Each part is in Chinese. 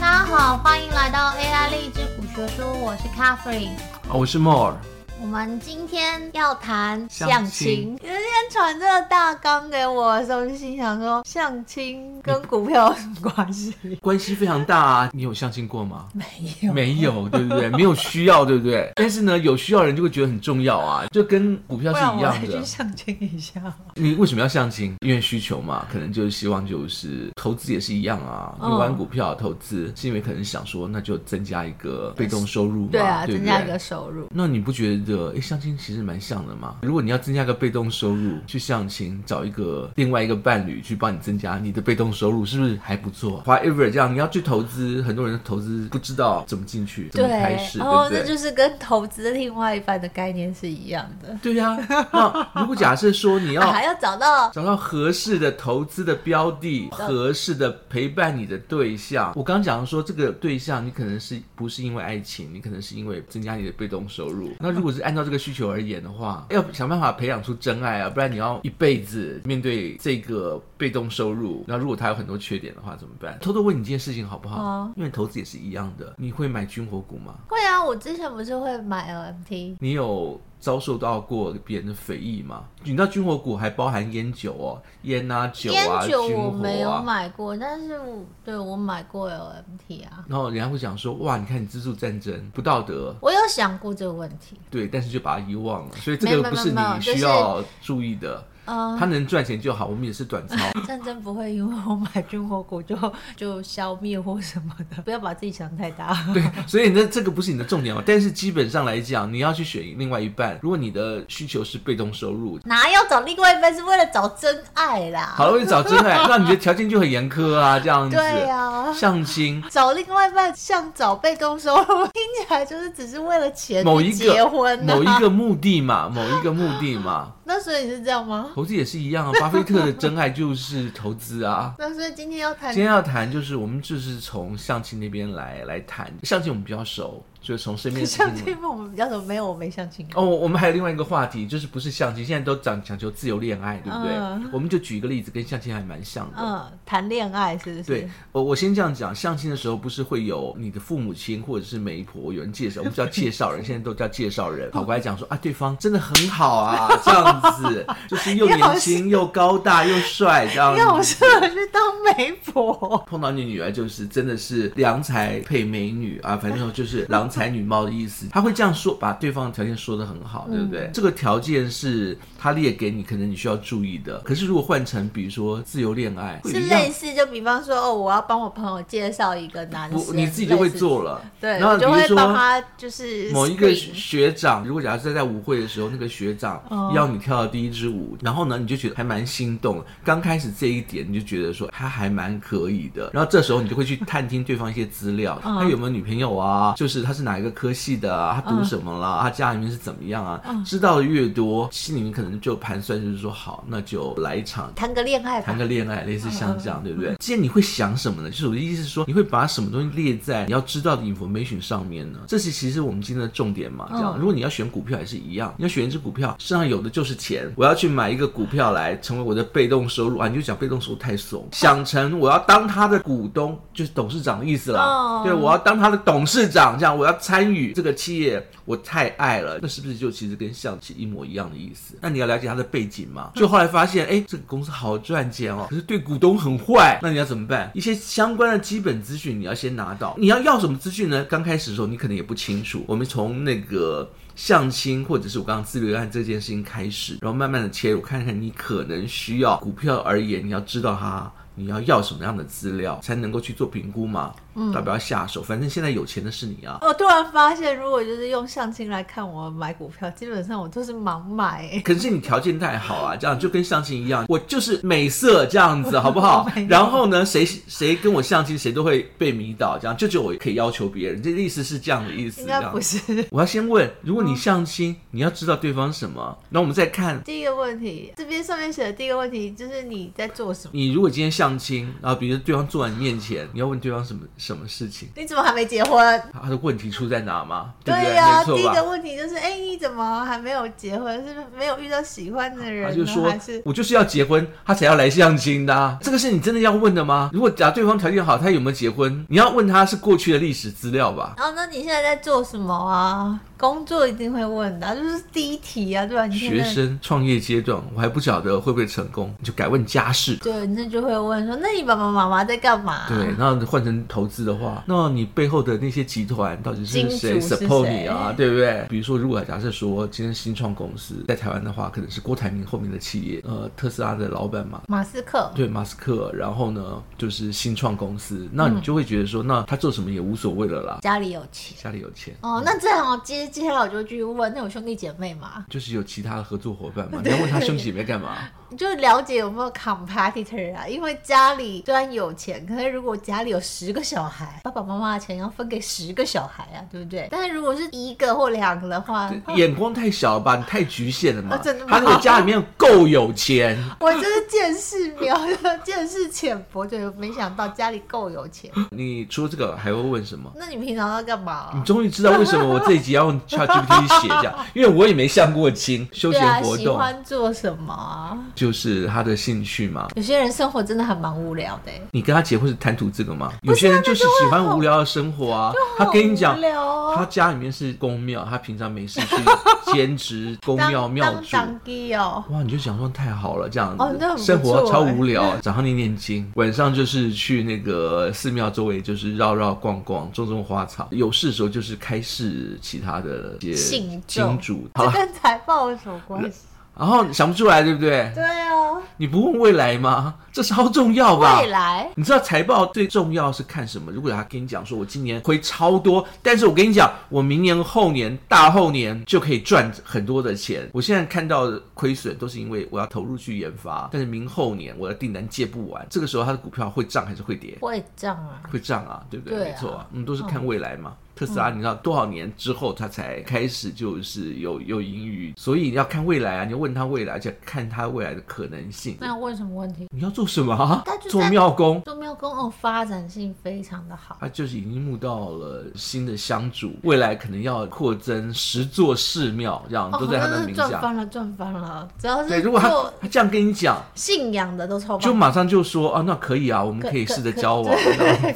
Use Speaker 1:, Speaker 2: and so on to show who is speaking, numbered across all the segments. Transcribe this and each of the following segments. Speaker 1: 好，欢迎来到 AI 励志古学说，我是 Catherine。
Speaker 2: 啊，我是莫尔。
Speaker 1: 我们今天要谈
Speaker 2: 相
Speaker 1: 相亲
Speaker 2: 亲。
Speaker 1: 有一天传这个大纲给我的时候，就心想说，相亲跟股票有什么关系？
Speaker 2: 关系非常大、啊，你有相亲过吗？
Speaker 1: 没有。
Speaker 2: 没有，对不对？没有需要，对不对？但是呢，有需要的人就会觉得很重要啊，就跟股票
Speaker 1: 不
Speaker 2: 是
Speaker 1: 然
Speaker 2: 一
Speaker 1: 我
Speaker 2: 样
Speaker 1: 再去
Speaker 2: 的。
Speaker 1: 相亲一下。
Speaker 2: 你为什么要相亲？因为需求嘛，可能就是希望就是投资也是一样啊。
Speaker 1: 嗯
Speaker 2: 你玩股票投资是因为可能想说，那就增加一个被动收入嘛，
Speaker 1: 对啊，
Speaker 2: 不
Speaker 1: 增加一个收入。
Speaker 2: 那你不觉得，诶，相亲其实蛮像的吗？如果你要增加个被动收入，去相亲找一个另外一个伴侣去帮你增加你的被动收入，是不是还不错？However，这样你要去投资，很多人投资不知道怎么进去，怎么开始，对
Speaker 1: 哦，
Speaker 2: 不
Speaker 1: 这
Speaker 2: 对？
Speaker 1: 就是跟投资另外一半的概念是一样的。
Speaker 2: 对呀、那如果假设说你要
Speaker 1: 啊，要找到
Speaker 2: 找到合适的投资的标的，合适的陪伴你的对象。我刚讲说，这个对象你可能是不是因为爱情，你可能是因为增加你的被动收入。那如果是按照这个需求而言的话，要想办法培养出真爱啊，不然你要一辈子面对这个被动收入。那如果它有很多缺点的话，怎么办？偷偷问你一件事情好不好？
Speaker 1: 哦
Speaker 2: 因为投资也是一样的，你会买军火股吗？
Speaker 1: 会啊，我之前不是会买 LMT，
Speaker 2: 你有遭受到过别人的非议吗？你知道军火股还包含烟酒哦，烟啊、酒
Speaker 1: 烟
Speaker 2: 啊、
Speaker 1: 酒
Speaker 2: 军
Speaker 1: 我没
Speaker 2: 火
Speaker 1: 有
Speaker 2: 啊。
Speaker 1: 买过，但是我对我买过 LMT 啊，
Speaker 2: 然后人家会讲说，哇，你看你资助战争不道德，
Speaker 1: 我有想过这个问题。
Speaker 2: 对，但是就把它遗忘了，所以
Speaker 1: 没有没
Speaker 2: 这个
Speaker 1: 有
Speaker 2: 不是
Speaker 1: 没有没有
Speaker 2: 你
Speaker 1: 就是
Speaker 2: 需要注意的。
Speaker 1: 嗯、
Speaker 2: 他能赚钱就好，我们也是 短操。
Speaker 1: 战争不会因为我买军火股就 就消灭或什么的，不要把自己想太大。
Speaker 2: 对，所以呢，这个不是你的重点嘛。哦但是基本上来讲，你要去选另外一半。如果你的需求是被动收入，
Speaker 1: 哪要找另外一半是为了找真爱啦？
Speaker 2: 好了，为了找真 爱，那你的条件就很严苛啊，这样子。
Speaker 1: 对啊
Speaker 2: 相亲，
Speaker 1: 找另外一半像找被动收入， 听起来就是只是为了钱
Speaker 2: 某
Speaker 1: 去
Speaker 2: 一个
Speaker 1: 结婚、啊、
Speaker 2: 某一个目的嘛，某一个目的嘛，
Speaker 1: 那所以你是这样吗？
Speaker 2: 投资也是一样啊。巴菲特的真爱就是投资啊。
Speaker 1: 那所以今天要谈
Speaker 2: 今天要谈就是我们就是从相亲那边来来谈，相亲我们比较熟，就是从身 边的
Speaker 1: 相
Speaker 2: 事
Speaker 1: 亲
Speaker 2: 情。
Speaker 1: 吗？我们比较什么？没有，我没相亲过。
Speaker 2: 哦，我们还有另外一个话题，就是不是相亲，现在都讲讲求自由恋爱，对不对？
Speaker 1: 嗯
Speaker 2: 我们就举一个例子，跟相亲还蛮像的。
Speaker 1: 嗯，谈恋爱是不是？
Speaker 2: 哦对，我我先这样讲，相亲的时候不是会有你的父母亲或者是媒婆有人介绍，我们叫介 绍人，现在都叫介绍人，跑过来讲说啊，对方真的很 好啊，这样子，就是又
Speaker 1: 你好
Speaker 2: 年轻又高大又帅这
Speaker 1: 你好
Speaker 2: 样
Speaker 1: 适
Speaker 2: 子。
Speaker 1: 合去当媒婆。
Speaker 2: 碰到你女儿就是真的是良才配美女啊，反正就是郎才女貌的意思。他会这样说，把对方的条件说的很好，对不
Speaker 1: 嗯
Speaker 2: 对？这个条件是他列给你，可能你需要注意的。可是如果换成比如说自由恋爱，会有
Speaker 1: 是
Speaker 2: 一样
Speaker 1: 类似，就比方说，哦，我要帮我朋友介绍一个男
Speaker 2: 不，
Speaker 1: 生，
Speaker 2: 你自己就会
Speaker 1: 类似，
Speaker 2: 做了。
Speaker 1: 对，
Speaker 2: 然后
Speaker 1: 我
Speaker 2: 比
Speaker 1: 就
Speaker 2: 如
Speaker 1: 会帮
Speaker 2: 说
Speaker 1: 他就是
Speaker 2: 某一个
Speaker 1: screen
Speaker 2: 学长，如果假设在舞会的时候，那个学长
Speaker 1: 哦
Speaker 2: 要你跳的第一支舞，然后呢，你就觉得还蛮心动。刚开始这一点，你就觉得说他还蛮可以的。然后这时候你就会去探听对方一些资料，
Speaker 1: 嗯
Speaker 2: 他有没有女朋友啊？就是他是哪一个科系的啊？他读什么
Speaker 1: 嗯
Speaker 2: 啦？他家里面是怎么样啊？知道的越多，心里面可能就盘算，就是说好，那就来一场
Speaker 1: 谈个恋爱吧嗯
Speaker 2: 谈。个恋爱，类似像这样，对不对？既然你会想什么呢？就是我的意思是说，你会把什么东西列在你要知道的 information 上面呢？这是其实我们今天的重点嘛。这样，
Speaker 1: 嗯
Speaker 2: 如果你要选股票也是一样，你要选一只股票，身上有的就是钱，我要去买一个股票来成为我的被动收入啊！你就讲被动收入太怂，想成我要当他的股东，就是董事长的意思啦
Speaker 1: 哦。
Speaker 2: 对，我要当他的董事长，这样我要参与这个企业，我太爱了，那是不是就其实跟象棋一模一样的意思？那你要了解他的背景嘛？就后来发现，哎，这个公司好赚钱哦，可是对股东很坏，那你要怎么办？一些相关的基本资讯你要先拿到，你要要什么资讯呢？刚开始的时候你可能也不清楚，我们从那个。相亲或者是我刚刚自留案这件事情开始，然后慢慢的切入，看看你可能需要股票而言，你要知道它你要要什么样的资料才能够去做评估嘛？
Speaker 1: 嗯
Speaker 2: 要不要下手？反正现在有钱的是你啊。
Speaker 1: 我哦突然发现，如果就是用相亲来看我买股票，基本上我都是盲买、欸
Speaker 2: 可是你条件太好啊，这样就跟相亲一样，我就是美色这样子，好不 好？然后呢，谁谁跟我相亲，谁都会被迷倒，这样就只有我可以要求别人，这意思是这样的意思。
Speaker 1: 应
Speaker 2: 这
Speaker 1: 该
Speaker 2: 样
Speaker 1: 不是。
Speaker 2: 我要先问，如果你相亲，你要知道对方什么，那我们再看
Speaker 1: 第一个问题，这边上面写的第一个问题就是你在做什么？
Speaker 2: 你如果今天相亲，然后比如说对方坐在你面前，你要问对方什么什么事情？
Speaker 1: 你怎么还没结婚？
Speaker 2: 他的问题出在哪吗？不对？
Speaker 1: 对呀、
Speaker 2: 没
Speaker 1: 第
Speaker 2: 错
Speaker 1: 一
Speaker 2: 吧
Speaker 1: 个？问题就是，哎、你怎么还没有结婚？是不是没有遇到喜欢的人呢？
Speaker 2: 他啊就说
Speaker 1: 还是，
Speaker 2: 我就是要结婚，他才要来相亲的、啊。这个是你真的要问的吗？如果假如对方条件好，他有没有结婚？你要问他是过去的历史资料吧。
Speaker 1: 哦，那你现在在做什么啊？工作一定会问的啊、就是第一题啊，对吧？你现
Speaker 2: 学
Speaker 1: 在
Speaker 2: 生创业阶段，我还不晓得会不会成功，你就改问家世。
Speaker 1: 对，那就会问说，那你爸爸妈妈在干嘛？
Speaker 2: 对，然后换成投资的话，那你背后的那些集团到底是
Speaker 1: 金
Speaker 2: 谁
Speaker 1: 主是
Speaker 2: support 你啊？
Speaker 1: 谁
Speaker 2: 对不对？比如说，如果假设说今天新创公司在台湾的话，可能是郭台铭后面的企业，呃，特斯拉的老板嘛，
Speaker 1: 马斯克，
Speaker 2: 对，马斯克，然后呢就是新创公司，那
Speaker 1: 嗯
Speaker 2: 你就会觉得说，那他做什么也无所谓了啦，
Speaker 1: 家里有钱。
Speaker 2: 家里有钱，
Speaker 1: 哦，那正好接接下来我就继续问，那有兄弟姐妹吗？
Speaker 2: 就是有其他的合作伙伴 嘛，你要问他兄弟姐妹干嘛？
Speaker 1: 你就了解有没有 competitor 啊？因为家里虽然有钱，可是如果家里有十个小孩，爸爸妈妈的钱要分给十个小孩啊，对不对？但是如果是一个或两个的话，
Speaker 2: 眼光太小了吧，你太局限了嘛。
Speaker 1: 啊真的吗
Speaker 2: 他那个家里面够有钱，
Speaker 1: 我真是见识渺，见识浅薄，就没想到家里够有钱。
Speaker 2: 你除了这个还会问什么？
Speaker 1: 那你平常都干嘛、
Speaker 2: 你终于知道为什么我这一集要用 ChatGPT 写一下，因为我也没相过亲，休
Speaker 1: 对
Speaker 2: 闲
Speaker 1: 啊，
Speaker 2: 活
Speaker 1: 喜
Speaker 2: 动、
Speaker 1: 欢做什么啊？
Speaker 2: 就是他的兴趣嘛。
Speaker 1: 有些人生活真的还蛮无聊的欸、
Speaker 2: 你跟他结婚是谈吐这个吗？有
Speaker 1: 啊
Speaker 2: 些人就是喜欢无聊的生活啊。他跟你讲
Speaker 1: 好无，聊哦
Speaker 2: 他家里面是公庙，他平常没事去兼职公庙
Speaker 1: 当
Speaker 2: 庙
Speaker 1: 当
Speaker 2: 主。
Speaker 1: 当机哦，
Speaker 2: 哇，你就想说太好了，这样子、
Speaker 1: 哦那很不
Speaker 2: 生活
Speaker 1: 错
Speaker 2: 超
Speaker 1: 哎
Speaker 2: 无聊，早上念念经，晚上就是去那个寺庙周围，就是绕绕逛逛，种种花草。有事的时候就是开示其他的一些
Speaker 1: 信
Speaker 2: 金
Speaker 1: 众
Speaker 2: 主。好
Speaker 1: 这
Speaker 2: 了，
Speaker 1: 跟财报有什么关系？
Speaker 2: 然后想不出来，对不对？
Speaker 1: 对啊，
Speaker 2: 你不问未来吗？这超重要吧
Speaker 1: 未？来
Speaker 2: 你知道财报最重要是看什么？如果他跟你讲说，我今年亏超多，但是我跟你讲，我明年、后年、大后年就可以赚很多的钱。我现在看到的亏损都是因为我要投入去研发，但是明后年我的订单接不完，这个时候它的股票会涨还是会跌？
Speaker 1: 会这样啊？
Speaker 2: 会涨啊，对不对？
Speaker 1: 对啊
Speaker 2: 没错啊，嗯，都是看未来嘛。特斯拉，你知道多少年之后它才开始就是有有盈余，所以你要看未来啊，你要问他未来，而且看他未来的可能性。
Speaker 1: 那问什么问题？
Speaker 2: 你要做什么啊
Speaker 1: 他就？在
Speaker 2: 做庙工。
Speaker 1: 做庙公哦，发展性非常的好。
Speaker 2: 他就是已经募到了新的乡主，未来可能要扩增十座寺庙，这样
Speaker 1: 哦，
Speaker 2: 都在他
Speaker 1: 那
Speaker 2: 的
Speaker 1: 是
Speaker 2: 名
Speaker 1: 赚
Speaker 2: 下。
Speaker 1: 翻了，赚翻了！只要
Speaker 2: 对，
Speaker 1: 是
Speaker 2: 如果他
Speaker 1: 做
Speaker 2: 他这样跟你讲，
Speaker 1: 信仰的都超
Speaker 2: 就
Speaker 1: 棒，
Speaker 2: 马上就说啊，那可以啊，我们啊可以试着交 往。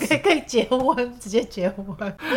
Speaker 1: 可以可以结婚， 直接结婚。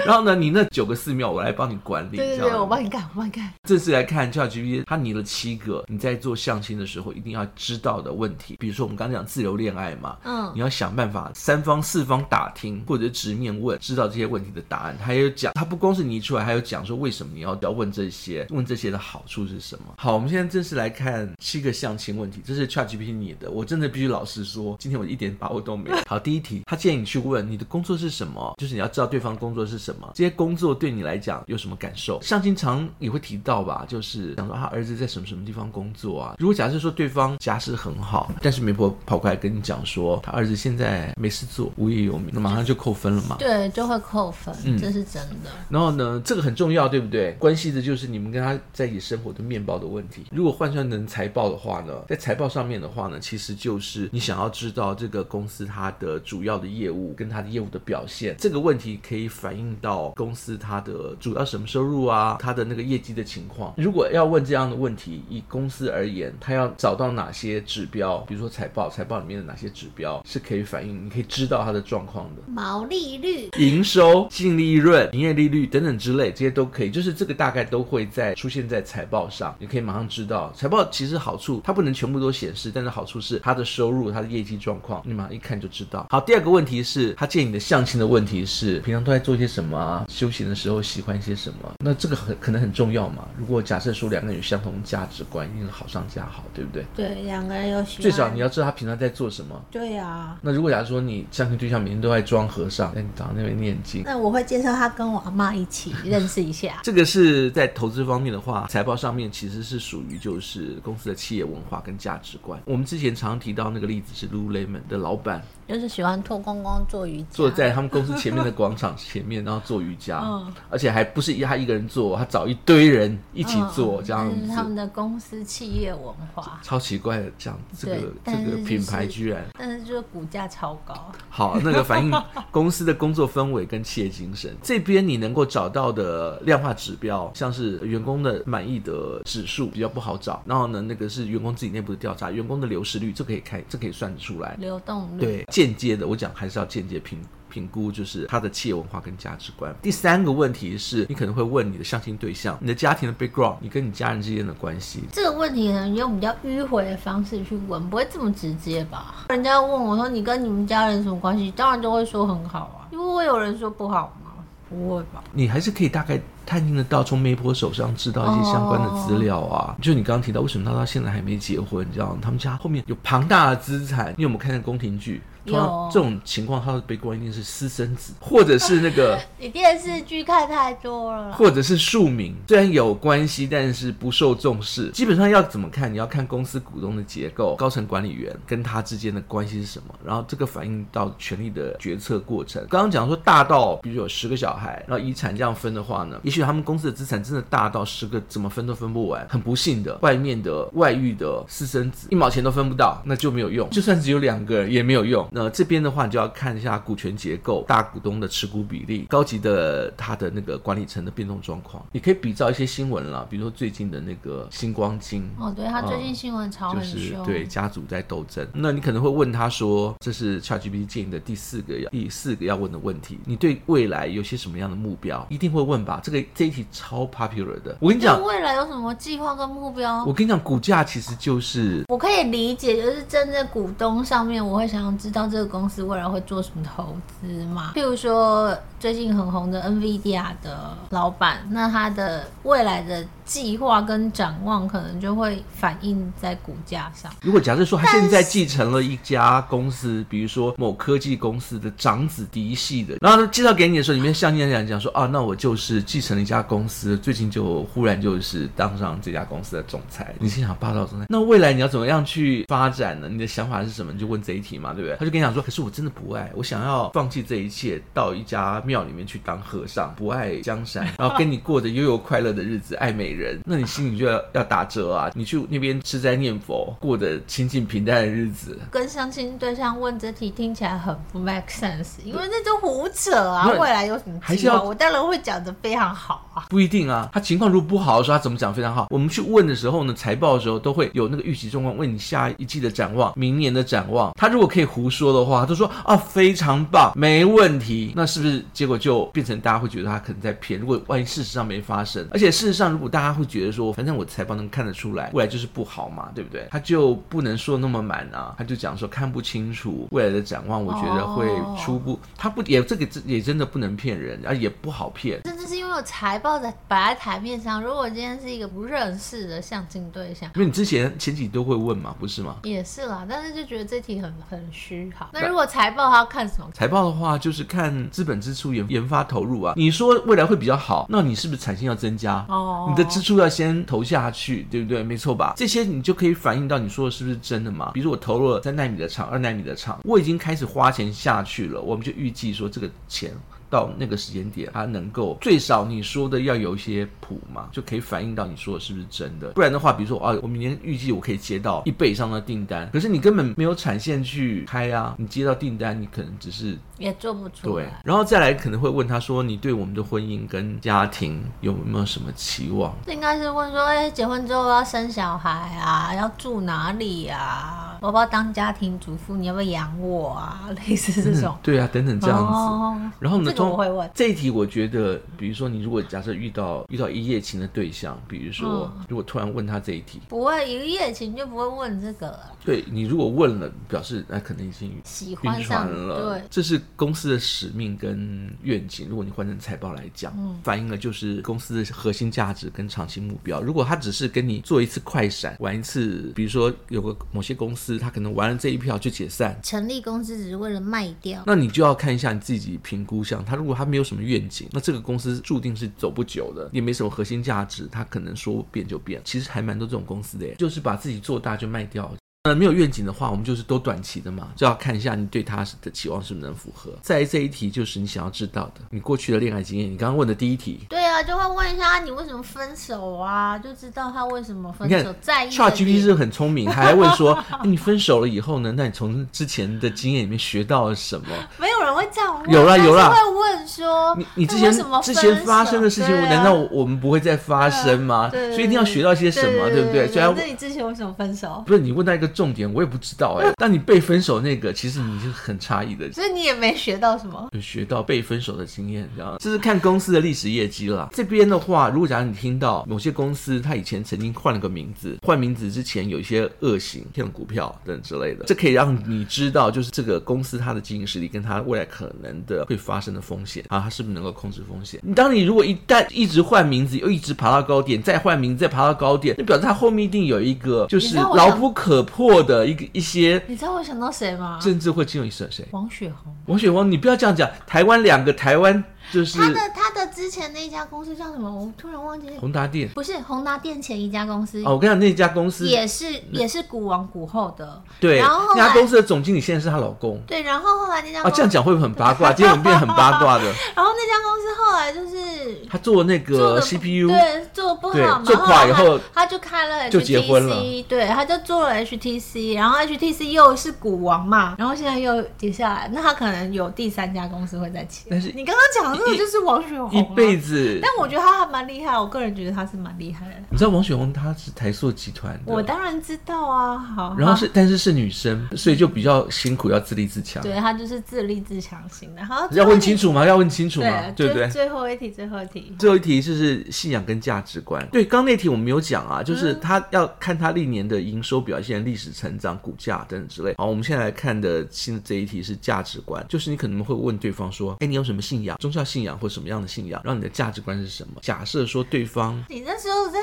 Speaker 2: 然后呢，你那九个寺庙我来帮你管理，
Speaker 1: 对对
Speaker 2: 这
Speaker 1: 对，我
Speaker 2: 样。
Speaker 1: 帮你干，我帮你干。
Speaker 2: 这次来看 ChatGPT，它拟了七个你在做相亲的时候一定要知道的问题，比如说我们刚刚讲自由恋爱嘛，
Speaker 1: 嗯
Speaker 2: 你，要想办法三方四方打听或者直面问，知道这些问题的答案。还有讲，他不光是你出来，还有讲说为什么你要要问这些，问这些的好处是什么。好，我们现在正式来看七个相亲问题，这是 ChatGPT 你的，我真的必须老实说，今天我一点把握都没有。 好，第一题，他建议你去问你的工作是什么，就是你要知道对方工作是什么，这些工作对你来讲有什么感受。相亲常也会提到吧，就是想说他儿子在什么什么地方工作啊。如果假设说对方家世很好，但是媒婆跑过来跟你讲说他儿子现在没事做，无业游民，那马上就扣分了嘛。
Speaker 1: 对，就会扣分，
Speaker 2: 嗯
Speaker 1: 这是真的。
Speaker 2: 然后呢，这个很重要，对不对？关系的就是你们跟他在一起生活的面包的问题。如果换算成财报的话呢，在财报上面的话呢，其实就是你想要知道这个公司它的主要的业务跟它的业务的表现，这个问题可以反映到公司它的主要什么收入啊，它的那个业绩的情况。如果要问这样的问题，以公司而言，它要找到哪些指标，比如说财报，财报里面的哪些指标是可以反映，你可以知道它的状况的。
Speaker 1: 毛利率
Speaker 2: 营收、净利润、营业利率等等之类，这些都可以，就是这个大概都会在出现在财报上，你可以马上知道。财报其实好处它不能全部都显示，但是好处是它的收入、它的业绩状况，你马上一看就知道。好，第二个问题是，他建议你的相亲的问题是，平常都在做些什么啊？休闲的时候喜欢些什么？那这个很可能很重要嘛。如果假设说两个人有相同价值观，一定是好上加好，对不对？
Speaker 1: 对两个人有喜欢，
Speaker 2: 最少你要知道他平常在做什么。
Speaker 1: 对啊。
Speaker 2: 那如果假如说你相亲对象每天都在装和尚，哎在你早上那边念经，
Speaker 1: 那我会介绍他跟我阿妈一起认识一下
Speaker 2: 。这个是在投资方面的话，财报上面其实是属于就是公司的企业文化跟价值观。我们之前常提到那个例子是 Lululemon 的老板
Speaker 1: 就是喜欢脱光光做瑜伽，
Speaker 2: 坐在他们公司前面的广场前面，然后做瑜伽，
Speaker 1: 嗯
Speaker 2: 而且还不是他一个人做，他找一堆人一起做、
Speaker 1: 嗯
Speaker 2: 这样
Speaker 1: 就是他们
Speaker 2: 子，
Speaker 1: 的公司企业文化。
Speaker 2: 超奇怪的这样，这
Speaker 1: 对
Speaker 2: 个这
Speaker 1: 但是
Speaker 2: 个
Speaker 1: 就是
Speaker 2: 品牌居然。
Speaker 1: 但是是就是股价超高。
Speaker 2: 好，那个反映公司的工作氛围跟企业精神。这边你能够找到的量化指标，像是员工的满意的指数比较不好找，然后呢，那个是员工自己内部的调查，员工的流失率，这可以看，这可以算得出来。
Speaker 1: 流动率，
Speaker 2: 对，间接的，我讲还是要间接评评估，就是他的企业文化跟价值观。第三个问题是你可能会问你的相亲对象、你的家庭的 background、你跟你家人之间的关系。
Speaker 1: 这个问题可能用比较迂回的方式去问，不会这么直接吧？人家问我说你跟你们家人什么关系，当然就会说很好啊，因为会有人说不好吗？不会吧？
Speaker 2: 你还是可以大概探听得到，从媒婆手上知道一些相关的资料啊。就你刚刚提到，为什么他到现在还没结婚？你知道吗他们家后面有庞大的资产。你有没有看那宫廷剧？
Speaker 1: 有
Speaker 2: 通常这种情况，他的悲观一定是私生子，或者是那个，
Speaker 1: 你电视剧看太多了啦。
Speaker 2: 或者是庶民。虽然有关系，但是不受重视。基本上要怎么看？你要看公司股东的结构、高层管理员跟他之间的关系是什么，然后这个反映到权力的决策过程。刚刚讲说大到，比如有十个小孩，然后遗产这样分的话呢，也许他们公司的资产真的大到十个怎么分都分不完。很不幸的，外面的外遇的私生子一毛钱都分不到，那就没有用。就算只有两个人也没有用。那这边的话，你就要看一下股权结构、大股东的持股比例、高级的他的那个管理层的变动状况。你可以比照一些新闻啦，比如说最近的那个星光金。
Speaker 1: 哦，对他最近新闻炒
Speaker 2: 啊就
Speaker 1: 很
Speaker 2: 是
Speaker 1: 凶，
Speaker 2: 对家族在斗争，那你可能会问他说，这是 ChatGPT 建议的第四个要第四个要问的问题，你对未来有些什么样的目标？一定会问吧，这个这一题超 popular 的。我跟
Speaker 1: 对
Speaker 2: 你讲，
Speaker 1: 未来有什么计划跟目标？
Speaker 2: 我
Speaker 1: 我
Speaker 2: 跟你讲，股价其实就是
Speaker 1: 可以理解，就是站在股东上面，我会想要知道这个公司未来会做什么投资嘛。譬如说最近很红的 NVIDIA 的老板，那他的未来的计划跟展望，可能就会反映在股价上。
Speaker 2: 如果假设说他现在继承了一家公司，比如说某科技公司的长子嫡系的，然后介绍给你的时候，里面像你讲讲说啊，那我就是继承了一家公司，最近就忽然就是当上这家公司的总裁，你心想霸道总裁，那未来你要怎么样去发展呢？你的想法是什么？你就问这一题嘛，对不对？他就跟你讲说，可是我真的不爱，我想要放弃这一切，到一家庙里面去当和尚，不爱江山，然后跟你过着悠悠快乐的日子，爱美人，那你心里就要要打折啊！你去那边吃斋念佛，过着清静平淡的日子。
Speaker 1: 跟相亲对象问这题听起来很不 make sense，因为那就胡扯啊！
Speaker 2: 对
Speaker 1: 未来有什么
Speaker 2: 还是
Speaker 1: 计划？
Speaker 2: 要
Speaker 1: 我当然会讲的非常好啊。
Speaker 2: 不一定啊，他情况如果不好的时候，他怎么讲非常好。我们去问的时候呢，财报的时候都会有那个预期状况，问你下一季的展望、明年的展望。他如果可以胡说的话，他就说啊非常棒，没问题。那是不是结果就变成大家会觉得他可能在骗？如果万一事实上没发生，而且事实上如果大家会觉得说，反正我财报能看得出来，未来就是不好嘛，对不对？他就不能说那么满啊，他就讲说看不清楚未来的展望，我觉得会
Speaker 1: 哦
Speaker 2: 初步，他不也这个也真的不能骗人，啊也不好骗。
Speaker 1: 这就是因为有财报在摆在台面上。如果今天是一个不认识的相亲对象，
Speaker 2: 因为你之前前几都会问嘛，不是吗？
Speaker 1: 也是啦，但是就觉得这题很很虚哈。那如果财报他要看什么？
Speaker 2: 财报的话，就是看资本支出、研研发投入啊。你说未来会比较好，那你是不是产线要增加？
Speaker 1: 哦
Speaker 2: 你的支出要先投下去，对不对？没错吧？这些你就可以反映到你说的是不是真的嘛？比如我投入了三纳米的厂、二纳米的厂，我已经开始花钱下去了，我们就预计说这个钱。到那个时间点，它能够最少你说的要有一些谱嘛，就可以反映到你说的是不是真的。不然的话，比如说啊，我明年预计我可以接到一倍以上的订单，可是你根本没有产线去开啊，你接到订单，你可能只是
Speaker 1: 也做不出
Speaker 2: 对
Speaker 1: 来，，
Speaker 2: 然后再来可能会问他说：“你对我们的婚姻跟家庭有没有什么期望
Speaker 1: 这应该是问说，哎、结婚之后要生小孩啊，要住哪里啊？我要不要当家庭主妇？你要不要养我啊？类似？”这种
Speaker 2: 嗯。对啊，等等这样子。
Speaker 1: 哦
Speaker 2: 然后呢，
Speaker 1: 这个我
Speaker 2: 中
Speaker 1: 会问
Speaker 2: 这一题，我觉得，比如说你如果假设遇到遇到一夜情的对象，比如说、
Speaker 1: 嗯
Speaker 2: 如果突然问他这一题，
Speaker 1: 不会一夜情就不会问这个了，
Speaker 2: 对你如果问了，表示那可能已经
Speaker 1: 喜欢
Speaker 2: 晕船
Speaker 1: 上
Speaker 2: 了。
Speaker 1: 对，
Speaker 2: 这是公司的使命跟愿景。如果你换成财报来讲，
Speaker 1: 嗯
Speaker 2: 反映的就是公司的核心价值跟长期目标。如果他只是跟你做一次快闪，玩一次，比如说有个某些公司，他可能玩了这一票就解散。
Speaker 1: 成立公司只是为了卖掉。
Speaker 2: 那你就要看一下你自己评估像他如果他没有什么愿景，那这个公司注定是走不久的，也没什么核心价值，他可能说变就变。其实还蛮多这种公司的耶，就是把自己做大就卖掉，呃，没有愿景的话，我们就是都短期的嘛，就要看一下你对他的期望是不是能符合。再来这一题就是你想要知道的，你过去的恋爱经验。你刚刚问的第一题，
Speaker 1: 对啊，就会问一下你为什么分手啊，就知道他为什么分
Speaker 2: 你看
Speaker 1: 手，在意的
Speaker 2: ChatGPT
Speaker 1: 点
Speaker 2: 是很聪明，还问说、 哎你分手了以后呢？那你从之前的经验里面学到了什么？
Speaker 1: 没有人会这样问，
Speaker 2: 有啦有啦
Speaker 1: 但是会问说
Speaker 2: 你你之
Speaker 1: 那
Speaker 2: 前
Speaker 1: 为什么
Speaker 2: 之
Speaker 1: 分
Speaker 2: 前发生的事情，
Speaker 1: 手对啊
Speaker 2: 难道我们不会再发生吗？
Speaker 1: 对
Speaker 2: 所以一定要学到些什么，对
Speaker 1: 对
Speaker 2: 不对？虽然
Speaker 1: 那你之前为什么分手？
Speaker 2: 不是你问到一个重点，我也不知道哎、 但你被分手那个，其实你是很诧异的，
Speaker 1: 所以你也没学到什么。
Speaker 2: 有学到被分手的经验，这样这是看公司的历史业绩啦。这边的话，如果假如你听到某些公司它以前曾经换了个名字，换名字之前有一些恶行，骗股票等之类的，这可以让你知道，就是这个公司它的经营实力跟它未来可能的会发生的风险啊，它是不是能够控制风险？你当你如果一旦一直换名字，又一直爬到高点，再换名字再爬到高点，那表示它后面一定有一个就
Speaker 1: 你
Speaker 2: 是
Speaker 1: 知道我
Speaker 2: 牢
Speaker 1: 想
Speaker 2: 不可破的一个一些
Speaker 1: 你知道我想到谁吗？
Speaker 2: 政治或金融谁谁。
Speaker 1: 王雪红，
Speaker 2: 王雪红，你不要这样讲，台湾两个台湾就是
Speaker 1: 他的他的之前那一家公司叫什么？我突然忘记，
Speaker 2: 宏达店
Speaker 1: 不是宏达电前一家公司，
Speaker 2: 哦，我跟你讲那家公司，
Speaker 1: 也是也是股王股后的。
Speaker 2: 对，
Speaker 1: 然后后来
Speaker 2: 那家公司的总经理现在是她老公
Speaker 1: 对，然后后来那家
Speaker 2: 啊，
Speaker 1: 公
Speaker 2: 这
Speaker 1: 司，
Speaker 2: 样讲会不会很 八卦？今天我们变得很八卦的，
Speaker 1: 然后那家公司后来就是
Speaker 2: 他做那
Speaker 1: 做
Speaker 2: 个
Speaker 1: 的
Speaker 2: CPU，
Speaker 1: 对，做得不好
Speaker 2: 对
Speaker 1: 嘛，
Speaker 2: 做垮以
Speaker 1: 然
Speaker 2: 后
Speaker 1: 他他就开了 HTC，
Speaker 2: 就结婚了
Speaker 1: 对，他就做了 HTC，然后 HTC 又是股王嘛，然后现在又跌下来，那他可能有第三家公司会再起。
Speaker 2: 但是
Speaker 1: 你刚刚讲的那个就是王雪红、啊，
Speaker 2: 一辈子。
Speaker 1: 但我觉得他还蛮厉害，我个人觉得他是蛮厉害的。
Speaker 2: 你知道王雪红她是台塑集团
Speaker 1: 我
Speaker 2: 的，
Speaker 1: 当然知道啊，好。
Speaker 2: 然后
Speaker 1: 好
Speaker 2: 是但是是女生，所以就比较辛苦，要自立自强。
Speaker 1: 对他就是自立自强型的。好，
Speaker 2: 要问清
Speaker 1: 楚
Speaker 2: 楚吗？要问清楚吗？
Speaker 1: 对
Speaker 2: 对不
Speaker 1: 最
Speaker 2: 对？
Speaker 1: 最后一题，最后一题。
Speaker 2: 最后一题就是信仰跟价值观。对，刚刚那题我们没有讲啊，就是他要看他历年的营收表现、历史成长、股价等等之类。好，我们现在来看的新的这一题是价值观，就是你可能会问对方说：“哎，你有什么信仰？宗教信仰或什么样的信仰？然后你的价值观是什么？”假设说对方
Speaker 1: 你那时候在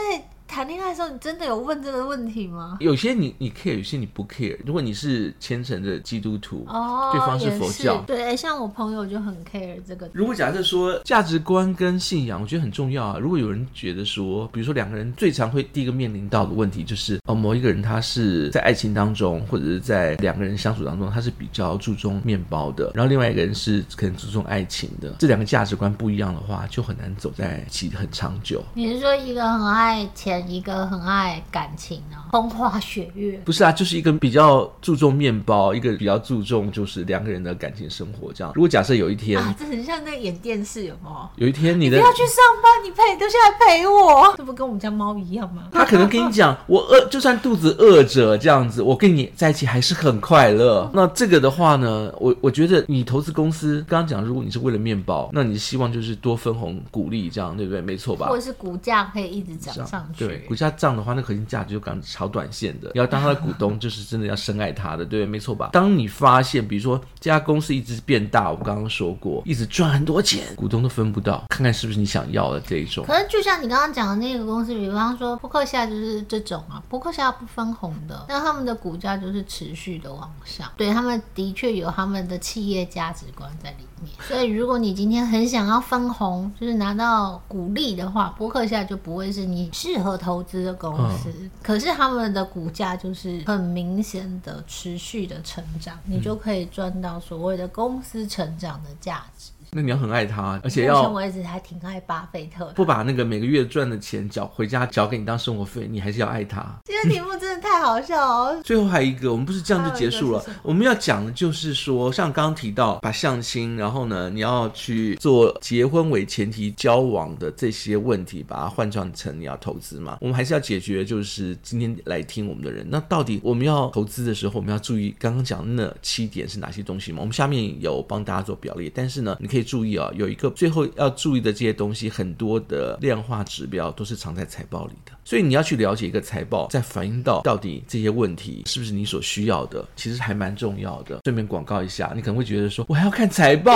Speaker 1: 谈恋爱的时候，你真的有问这个问题吗？
Speaker 2: 有些你你 care，有些你不 care。如果你是虔诚的基督徒，
Speaker 1: 哦，
Speaker 2: 对方是
Speaker 1: 也
Speaker 2: 佛教
Speaker 1: 对，像我朋友就很 care 这个。
Speaker 2: 如果假设说价值观跟信仰，我觉得很重要啊。如果有人觉得说，比如说两个人最常会第一个面临到的问题就是，哦，某一个人他是在爱情当中，或者是在两个人相处当中，他是比较注重面包的，然后另外一个人是可能注重爱情的，这两个价值观不一样的话，就很难走在一起很长久。
Speaker 1: 你是说一个很爱钱，一个很爱感情呢、啊？风花雪月，
Speaker 2: 不是啊，就是一个比较注重面包，一个比较注重就是两个人的感情生活这样。如果假设有一天，
Speaker 1: 啊，这很像那个演电视，有没有？
Speaker 2: 有一天你
Speaker 1: 不
Speaker 2: 的
Speaker 1: 要去上班，你陪你留下来陪我，这不跟我们家猫一样 吗？
Speaker 2: 他可能跟你讲，我饿，就算肚子饿着这样子，我跟你在一起还是很快 乐。那这个的话呢，我我觉得你投资公司，刚刚讲，如果你是为了面包，那你希望就是多分红鼓励，这样对不对？没错吧
Speaker 1: 或？者是股价可以一直涨上去。
Speaker 2: 对，股价涨的话，那核心价值就刚炒短线的。你要当他的股东，就是真的要深爱他的，对，没错吧？当你发现，比如说这家公司一直变大，我刚刚说过，一直赚很多钱，股东都分不到，看看是不是你想要的这一种。
Speaker 1: 可是就像你刚刚讲的那个公司，比方说扑克夏就是这种啊，扑克夏不分红的，那他们的股价就是持续的往上，对他们的确有他们的企业价值观在里面。所以如果你今天很想要分红，就是拿到股利的话，扑克夏就不会是你适合投资的公司。
Speaker 2: 嗯
Speaker 1: 可是他们的股价就是很明显的持续的成长，
Speaker 2: 嗯
Speaker 1: 你就可以赚到所谓的公司成长的价值。
Speaker 2: 那你要很爱他，而且
Speaker 1: 目
Speaker 2: 要
Speaker 1: 前为止还挺爱巴菲特的。
Speaker 2: 不把那个每个月赚的钱缴回家缴给你当生活费，你还是要爱他。
Speaker 1: 这个题目真的太好笑哦！
Speaker 2: 最后还有一个，我们不是这样就结束了
Speaker 1: 还有一个是什么，
Speaker 2: 我们要讲的就是说，像刚刚提到把相亲，然后呢，你要去做结婚为前提交往的这些问题，把它换算成你要投资嘛，我们还是要解决，就是今天来听我们的人，那到底我们要投资的时候，我们要注意刚刚讲的那七点是哪些东西吗？我们下面有帮大家做表列，但是呢，你可以注意啊、有一个最后要注意的这些东西，很多的量化指标都是藏在财报里的，所以你要去了解一个财报，再反映到到底这些问题是不是你所需要的，其实还蛮重要的。顺便广告一下，你可能会觉得说，我还要看财报，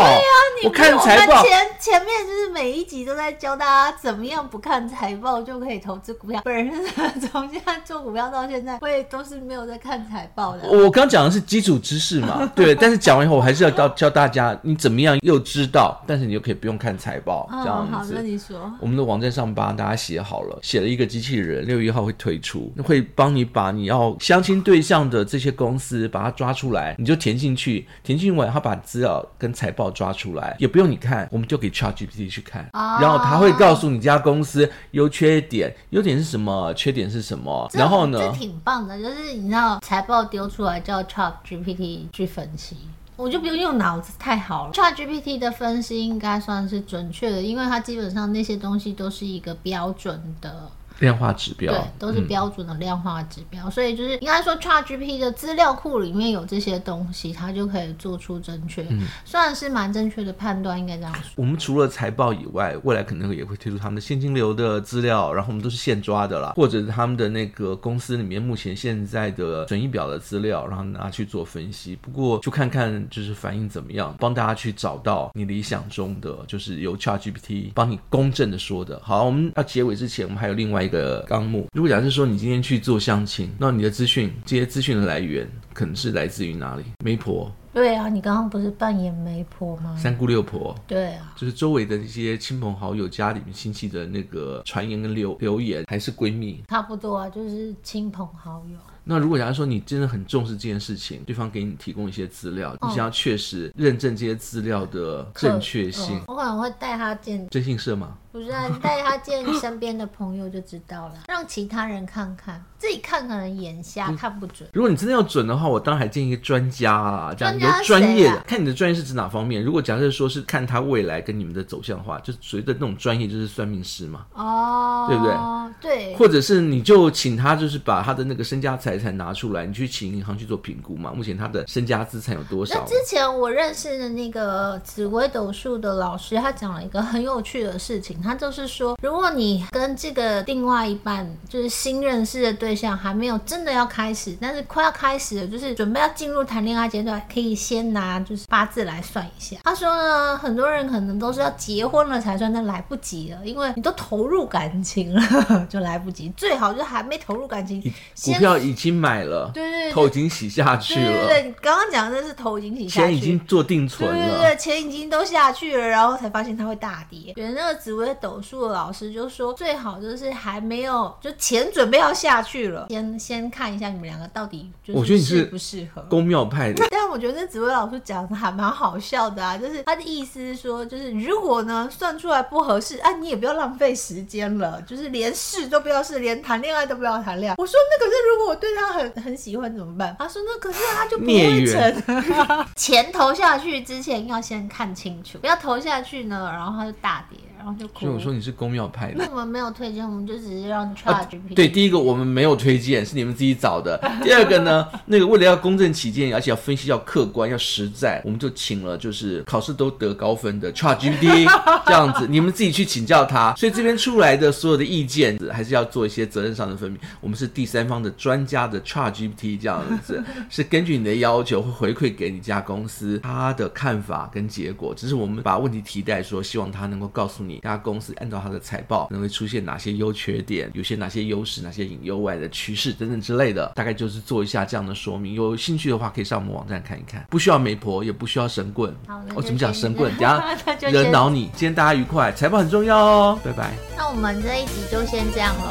Speaker 2: 我看财
Speaker 1: 我
Speaker 2: 报
Speaker 1: 们。前前面就是每一集都在教大家怎么样不看财报就可以投资股票。本人是 从现在做股票到现在，我也都是没有在看财报的。
Speaker 2: 我刚讲的是基础知识嘛，对，但是讲完以后，我还是要教教大家，你怎么样又知道，但是你又可以不用看财报，这
Speaker 1: 嗯，
Speaker 2: 样
Speaker 1: 好，那
Speaker 2: 子。
Speaker 1: 你说，
Speaker 2: 我们的网站上帮大家写好了，写了一个机器人，六月一号会推出，会帮你把你要相亲对象的这些公司把它抓出来，你就填进去，填进完，他把资料跟财报抓出来，也不用你看，我们就给 ChatGPT 去看，
Speaker 1: 哦
Speaker 2: 然后他会告诉你这家公司优缺点，优点是什么，缺点是什么，
Speaker 1: 这
Speaker 2: 然后呢？
Speaker 1: 这挺棒的，就是你知道财报丢出来叫 Chat GPT 去分析。我就不用用脑子，太好了。Chat GPT 的分析应该算是准确的，因为它基本上那些东西都是一个标准的
Speaker 2: 量化指标，
Speaker 1: 对，都是
Speaker 2: 嗯
Speaker 1: 标准的量化指标，所以就是应该说 ChatGPT 的资料库里面有这些东西，它就可以做出正确，
Speaker 2: 嗯
Speaker 1: 虽然是蛮正确的判断，应该这样说。
Speaker 2: 我们除了财报以外，未来可能也会推出他们的现金流的资料，然后我们都是现抓的啦，或者是他们的那个公司里面目前现在的损益表的资料，然后拿去做分析。不过就看看就是反应怎么样，帮大家去找到你理想中的，就是由 ChatGPT 帮你公正的说的。好，我们要结尾之前，我们还有另外一个纲目。如果假设说你今天去做相亲，那你的资讯，这些资讯的来源可能是来自于哪里？媒婆、
Speaker 1: 对啊，你刚刚不是扮演媒婆吗？
Speaker 2: 三姑六婆。
Speaker 1: 对啊，
Speaker 2: 就是周围的一些亲朋好友、家里面亲戚的那个传言跟留留言，还是闺蜜。
Speaker 1: 差不多啊，就是亲朋好友。
Speaker 2: 那如果假如说你真的很重视这件事情，对方给你提供一些资料，
Speaker 1: 哦
Speaker 2: 你想要确实认证这些资料的正确性
Speaker 1: 嗯，我可能会带他见，
Speaker 2: 征信社吗？
Speaker 1: 不是啊带他见身边的朋友就知道了，让其他人看看，自己看可能眼瞎，
Speaker 2: 嗯
Speaker 1: 看不准。
Speaker 2: 如果你真的要准的话，我当然还建议一个专家啦，这样
Speaker 1: 专
Speaker 2: 有
Speaker 1: 家是
Speaker 2: 专业
Speaker 1: 谁
Speaker 2: 的
Speaker 1: 啊，
Speaker 2: 看你的专业是指哪方面。如果假设说是看他未来跟你们的走向的话，就随着那种专业就是算命师嘛。
Speaker 1: 哦，
Speaker 2: 对不对？
Speaker 1: 对，
Speaker 2: 或者是你就请他，就是把他的那个身家财产拿出来，你去请银行去做评估嘛。目前他的身家资产有多
Speaker 1: 那
Speaker 2: 少？
Speaker 1: 之前我认识的那个紫微斗数的老师，他讲了一个很有趣的事情，他就是说，如果你跟这个另外一半就是新认识的对象还没有真的要开始，但是快要开始了，就是准备要进入谈恋爱阶段，可以先拿就是八字来算一下。他说呢，很多人可能都是要结婚了才算，但来不及了，因为你都投入感情了，就来不及。最好就还没投入感情
Speaker 2: 已，股
Speaker 1: 先
Speaker 2: 票已经买了，
Speaker 1: 对对对
Speaker 2: 头已经洗下去
Speaker 1: 对对
Speaker 2: 了，
Speaker 1: 对，你刚刚讲的是头已经洗下去，
Speaker 2: 钱已经做定存
Speaker 1: 对对
Speaker 2: 了。
Speaker 1: 对，钱已经都下去了，然后才发现它会大跌。对，那个紫微斗数的老师就说，最好就是还没有，就钱准备要下去了，先先看一下你们两个到底就是
Speaker 2: 我觉得你
Speaker 1: 适
Speaker 2: 是
Speaker 1: 不适合。
Speaker 2: 公庙派的，
Speaker 1: 但我觉得紫薇老师讲的还蛮好笑的啊，就是他的意思是说，就是如果呢算出来不合适，啊，你也不要浪费时间了，就是连试都不要试，连谈恋爱都不要谈恋爱。我说那可是如果我对他很很喜欢怎么办？他说那可是他就不
Speaker 2: 孽
Speaker 1: 会
Speaker 2: 缘
Speaker 1: 成。 钱投下去之前要先看清楚，不要投下去呢，然后他就大跌，然后就哭。
Speaker 2: 所以我说你是公庙派的。
Speaker 1: 那我们没有推荐，我们就只是让
Speaker 2: 啊
Speaker 1: Chat GPT、
Speaker 2: 对，第一个我们没有推荐， 是你们自己找的。第二个呢，那个为了要公正起见，而且要分析要客观要实在，我们就请了就是考试都得高分的 ChatGPT 这样子，你们自己去请教他。所以这边出来的所有的意见，还是要做一些责任上的分明。我们是第三方的专家的 ChatGPT 这样子， 是根据你的要求会回馈给你家公司他的看法跟结果。只是我们把问题提带说，希望他能够告诉你，这家公司按照他的财报可能会出现哪些优缺点，有些哪些优势，哪些隐忧外的趋势等等之类的，大概就是做一下这样的说明。有兴趣的话，可以上我们网站看一看，不需要媒婆，也不需要神棍
Speaker 1: 好那。就
Speaker 2: 我、怎么讲
Speaker 1: 先
Speaker 2: 神棍？等
Speaker 1: 那
Speaker 2: 下
Speaker 1: 就先
Speaker 2: 惹恼你。今天大家愉快，财报很重要哦，拜拜。
Speaker 1: 那我们这一集就先这样喽，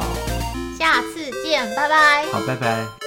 Speaker 1: 下次见，拜拜。
Speaker 2: 好，拜拜。